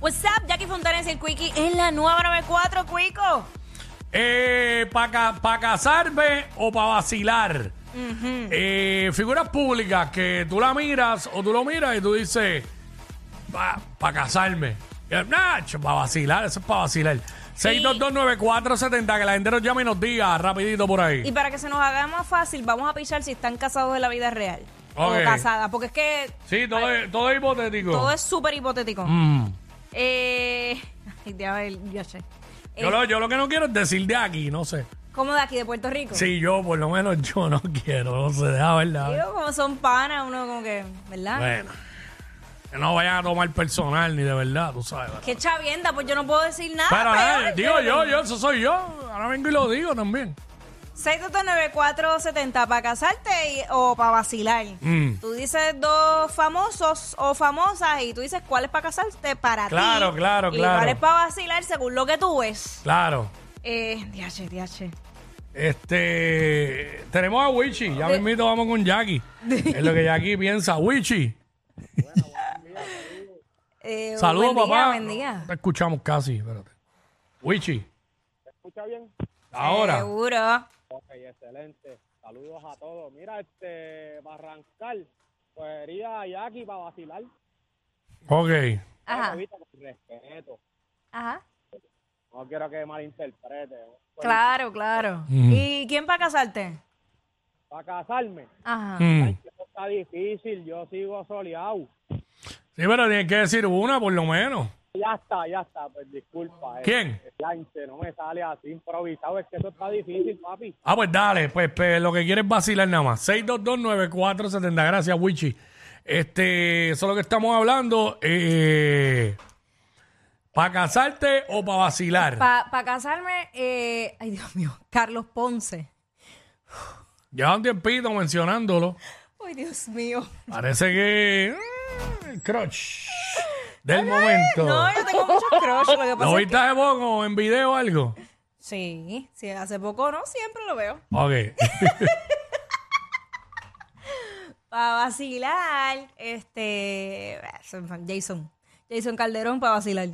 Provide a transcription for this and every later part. WhatsApp, Jackie Fontanes y el Quickie en la nueva 94, Quico. Eh, para casarme o para vacilar. Eh, figuras públicas que tú la miras o tú lo miras y tú dices, para casarme. para vacilar, eso es para vacilar. 6229470, que la gente nos llame y nos diga rapidito por Y ahí. para que se nos haga más fácil, vamos a pichar si están casados de la vida real. Ok. O casadas, porque es que Sí, todo, es, todo es hipotético. todo es súper hipotético. Mm. Eh, ay, ya, ve- ya sé. Eh, Yo, lo, yo lo que no quiero es decir de aquí, no sé. ¿Cómo de aquí, de Puerto Rico? Sí, yo, por lo menos yo no quiero, no sé, deja verdad. Digo, como son panas, uno como que, ¿verdad? Bueno, que no vayan a tomar personal ni de verdad, tú sabes. ¿verdad? Qué chavienda, pues yo no puedo decir nada. Pero peor, nada, digo pero- yo, yo, eso soy yo. Ahora vengo y lo digo también. 6229470 para casarte y- o para vacilar. Mm. Tú dices dos famosos o famosas y tú dices cuál es para casarte para Claro, ti. claro, y claro. cuál es para vacilar según lo que tú ves. Claro. Eh, diache, diache. Este, tenemos a Wichi, ya mismito vamos con Jackie. Es lo que Jackie piensa. Wichi, Eh, saludos buen día, papá. buen día. No Te escuchamos casi, espérate. Wichi, escucha bien? ahora. Seguro. Ok, excelente. Saludos a todos. Mira, este, Barrancar, cogería a Jackie para vacilar. Ok. Ajá, Evita con respeto. ajá. No quiero que malinterprete. Pues, Claro, claro. Ujú. ¿Y quién para casarte? Para casarme, Ajá. Mm. eso está difícil. Yo sigo soleado. Sí, pero tienes que decir una por lo menos. Ya está, ya está. Pues disculpa. eh. ¿Quién? El lance no me sale así improvisado. Es que eso está difícil, papi. Ah, pues dale, pues, pues, lo que quieres vacilar nada más. 6229470, gracias, Wichi. Este, eso es lo que estamos hablando. Eh, ¿Para casarte o para vacilar? Para casarme, eh, ay Dios mío, Carlos Ponce. Lleva un tiempito mencionándolo. Ay Dios mío. Parece que. mm, el crush del momento. No, yo tengo muchos crush, lo que pasa ¿Lo es que... viste de poco en video o algo? Sí, sí, hace poco no, siempre lo veo. Ok. Para vacilar, este. Jason. Jason Calderón para vacilar.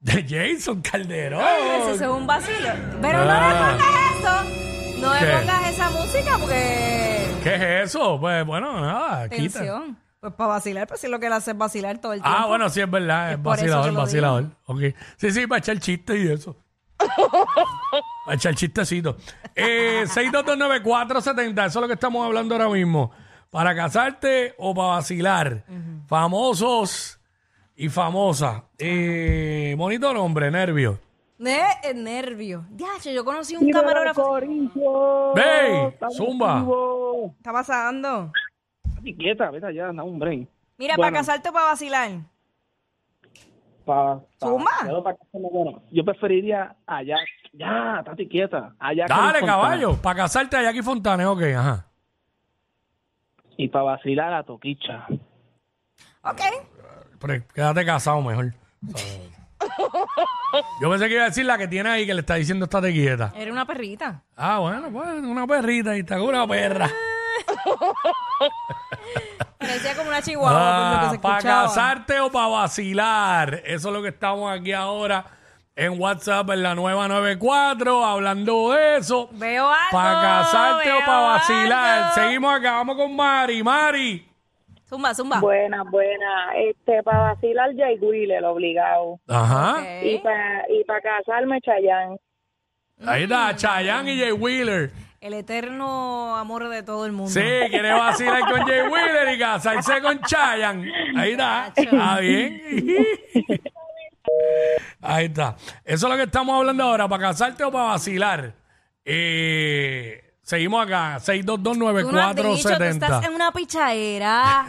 De Jason Calderón. Ese es un vacilo. Pero Ah. no le pongas eso. No ¿Qué? le pongas esa música porque. ¿Qué es eso? Pues bueno, nada, quita. Tensión. Pues para vacilar, pues si lo que le hace es vacilar todo el tiempo. Ah, bueno, sí, es verdad, es, Es por eso vacilador, yo lo vacilador. Ok. Sí, sí, para echar chiste y eso. para echar chistecito. Eh, 6229470, eso es lo que estamos hablando ahora mismo. Para casarte o para vacilar. Famosos y famosas. Eh, bonito nombre, nervio. Ne- eh, nervio. Ya, yo conocí un camarógrafo. Corillo. ¡Ey! ¡Zumba! ¿Qué está pasando? Quieta, mira, ya, no, hombre. Mira, Bueno. para casarte o para vacilar. Pa, pa- Zumba. yo pa- bueno, yo preferiría allá. Ya, estate quieta. Allá Dale, caballo. Para casarte a Jackie Fontanes, ok, ajá. Y para vacilar a Toquicha. Ok. Pero quédate casado mejor. O sea, Yo pensé que iba a decir la que tiene ahí que le está diciendo estate quieta. Era una perrita. Ah, bueno, pues una perrita y está con una perra. Parecía como una chihuahua. por pues, lo que se para escuchaba. Ah, casarte o para vacilar. Eso es lo que estamos aquí ahora en WhatsApp en la nueva 94 hablando de eso. Veo algo. Para casarte o veo para vacilar. algo. Seguimos acá, vamos con Mari. Mari. Zumba, zumba. Buena, buena. Este, para vacilar Jay Wheeler, obligado. Ajá. Y Ok. para y pa casarme, Chayanne. Ahí está, Chayanne y Jay Wheeler. El eterno amor de todo el mundo. Sí, quiere vacilar con Jay Wheeler y casarse con Chayan. Ahí está. Está bien. Ahí está. Eso es lo que estamos hablando ahora, para casarte o para vacilar. Eh, seguimos acá, Tú no has dicho, tú estás 6229470. en una pichadera.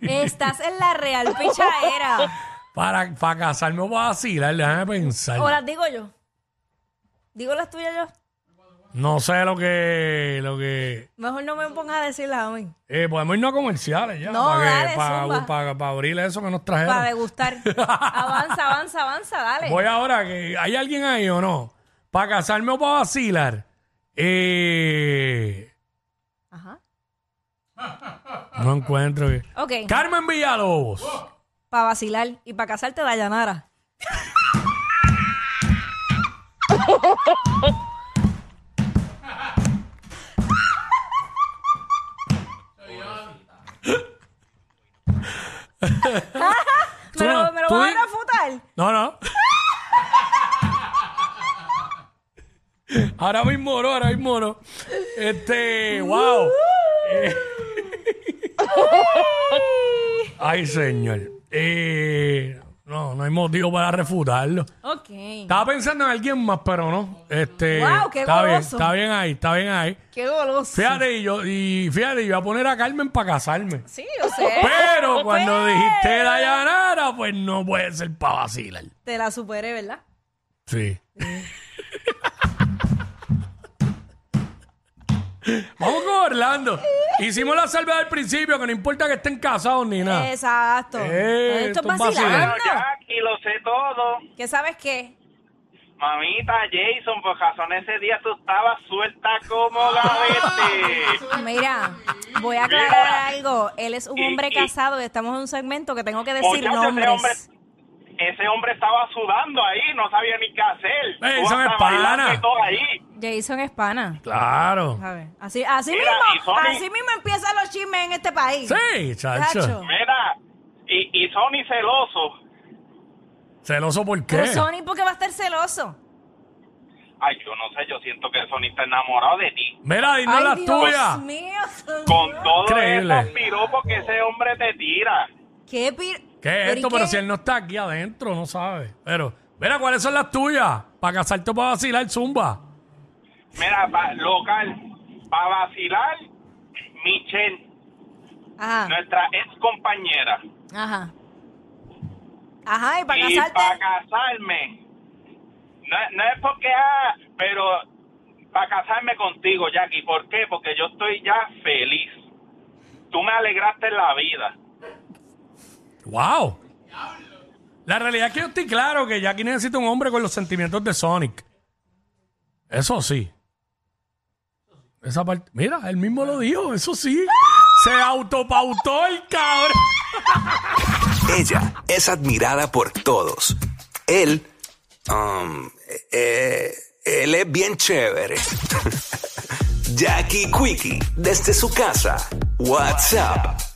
estás en la real pichadera. Para, para casarme o para vacilar, déjame ¿O pensar. las digo yo? ¿Digo las tuyas yo? No sé lo que... Lo que Mejor no me pongas a decirlas a mí. eh, podemos irnos a comerciales ya. No, para, que- dale, para, zumba. para- para abrir eso que nos trajeron. Para degustar. avanza, avanza, avanza, dale. Voy ahora, que ¿hay alguien ahí o no? ¿Para casarme o para vacilar? Eh, Ajá. no encuentro. que- Ok. Carmen Villalobos. Para vacilar y para casarte, Dayanara. ¿Me Tú lo, no- me lo tú vas di- a refutar? No, no. Ahora mismo no, ahora mismo no. Este, wow. Eh, Ay, señor. Eh, no, no hay motivo para refutarlo. Ok. Estaba pensando en alguien más, pero no. Este, Guau, qué está bien, goloso. está bien ahí, está bien ahí. Qué goloso. Fíjate, y yo, y fíjate, yo voy a poner a Carmen para casarme. Sí, yo sé. Pero cuando Pero- dijiste Dayanara, pues no puede ser para vacilar. Te la superé, ¿verdad? Sí. Vamos con Orlando. Hicimos la salvedad al principio, que no importa que estén casados ni nada. Exacto. Esto Eh, es esto es vacilando. vacilando. Jackie, lo sé todo. ¿Qué sabes qué? Mamita Jason, por razón ese día tú estabas suelta como gavete. Ah, Mira, voy a aclarar algo. Él es un hombre casado y estamos en un segmento que tengo que decir Muchacho, ese hombre, nombres. ese hombre estaba sudando ahí, no sabía ni qué hacer. Ey, Tú son hasta espanas. bailando y todo ahí. Jason es pana. Claro. A ver, así, así Mira, y mismo, Sony- así mismo empiezan los chismes en este país. Sí, chacho. Chacho. Mira, y, y Sony celoso. Celoso por qué. Pero Sony, ¿por qué va a estar celoso? Ay, yo no sé, yo siento que Sony está enamorado de ti. Mira, dinos Ay, las Dios tuyas. mío, Sony. Con todos Increíble. esos piropos que ese hombre te tira. ¿Qué pir... ¿Qué es ¿Pero y esto? Pero qué? si él no está aquí adentro, no sabe. Pero, mira, ¿cuáles son las tuyas? Para casarte o para vacilar, zumba. Mira, pa- local, para vacilar, Michelle, Ajá, nuestra ex compañera. ajá. Ajá, y para y casarte... para casarme. No, no es porque, ah, pero para casarme contigo, Jackie. ¿Por qué? Porque yo estoy ya feliz. Tú me alegraste la vida. ¡Wow! La realidad es que yo estoy claro que Jackie necesita un hombre con los sentimientos de Sonic. Eso sí. Esa parte. Mira, él mismo lo dijo, eso sí. Se autopautó el cabrón. Ella es admirada por todos. Él, um, eh, él es bien chévere. Jackie Quickie, desde su casa. What's up?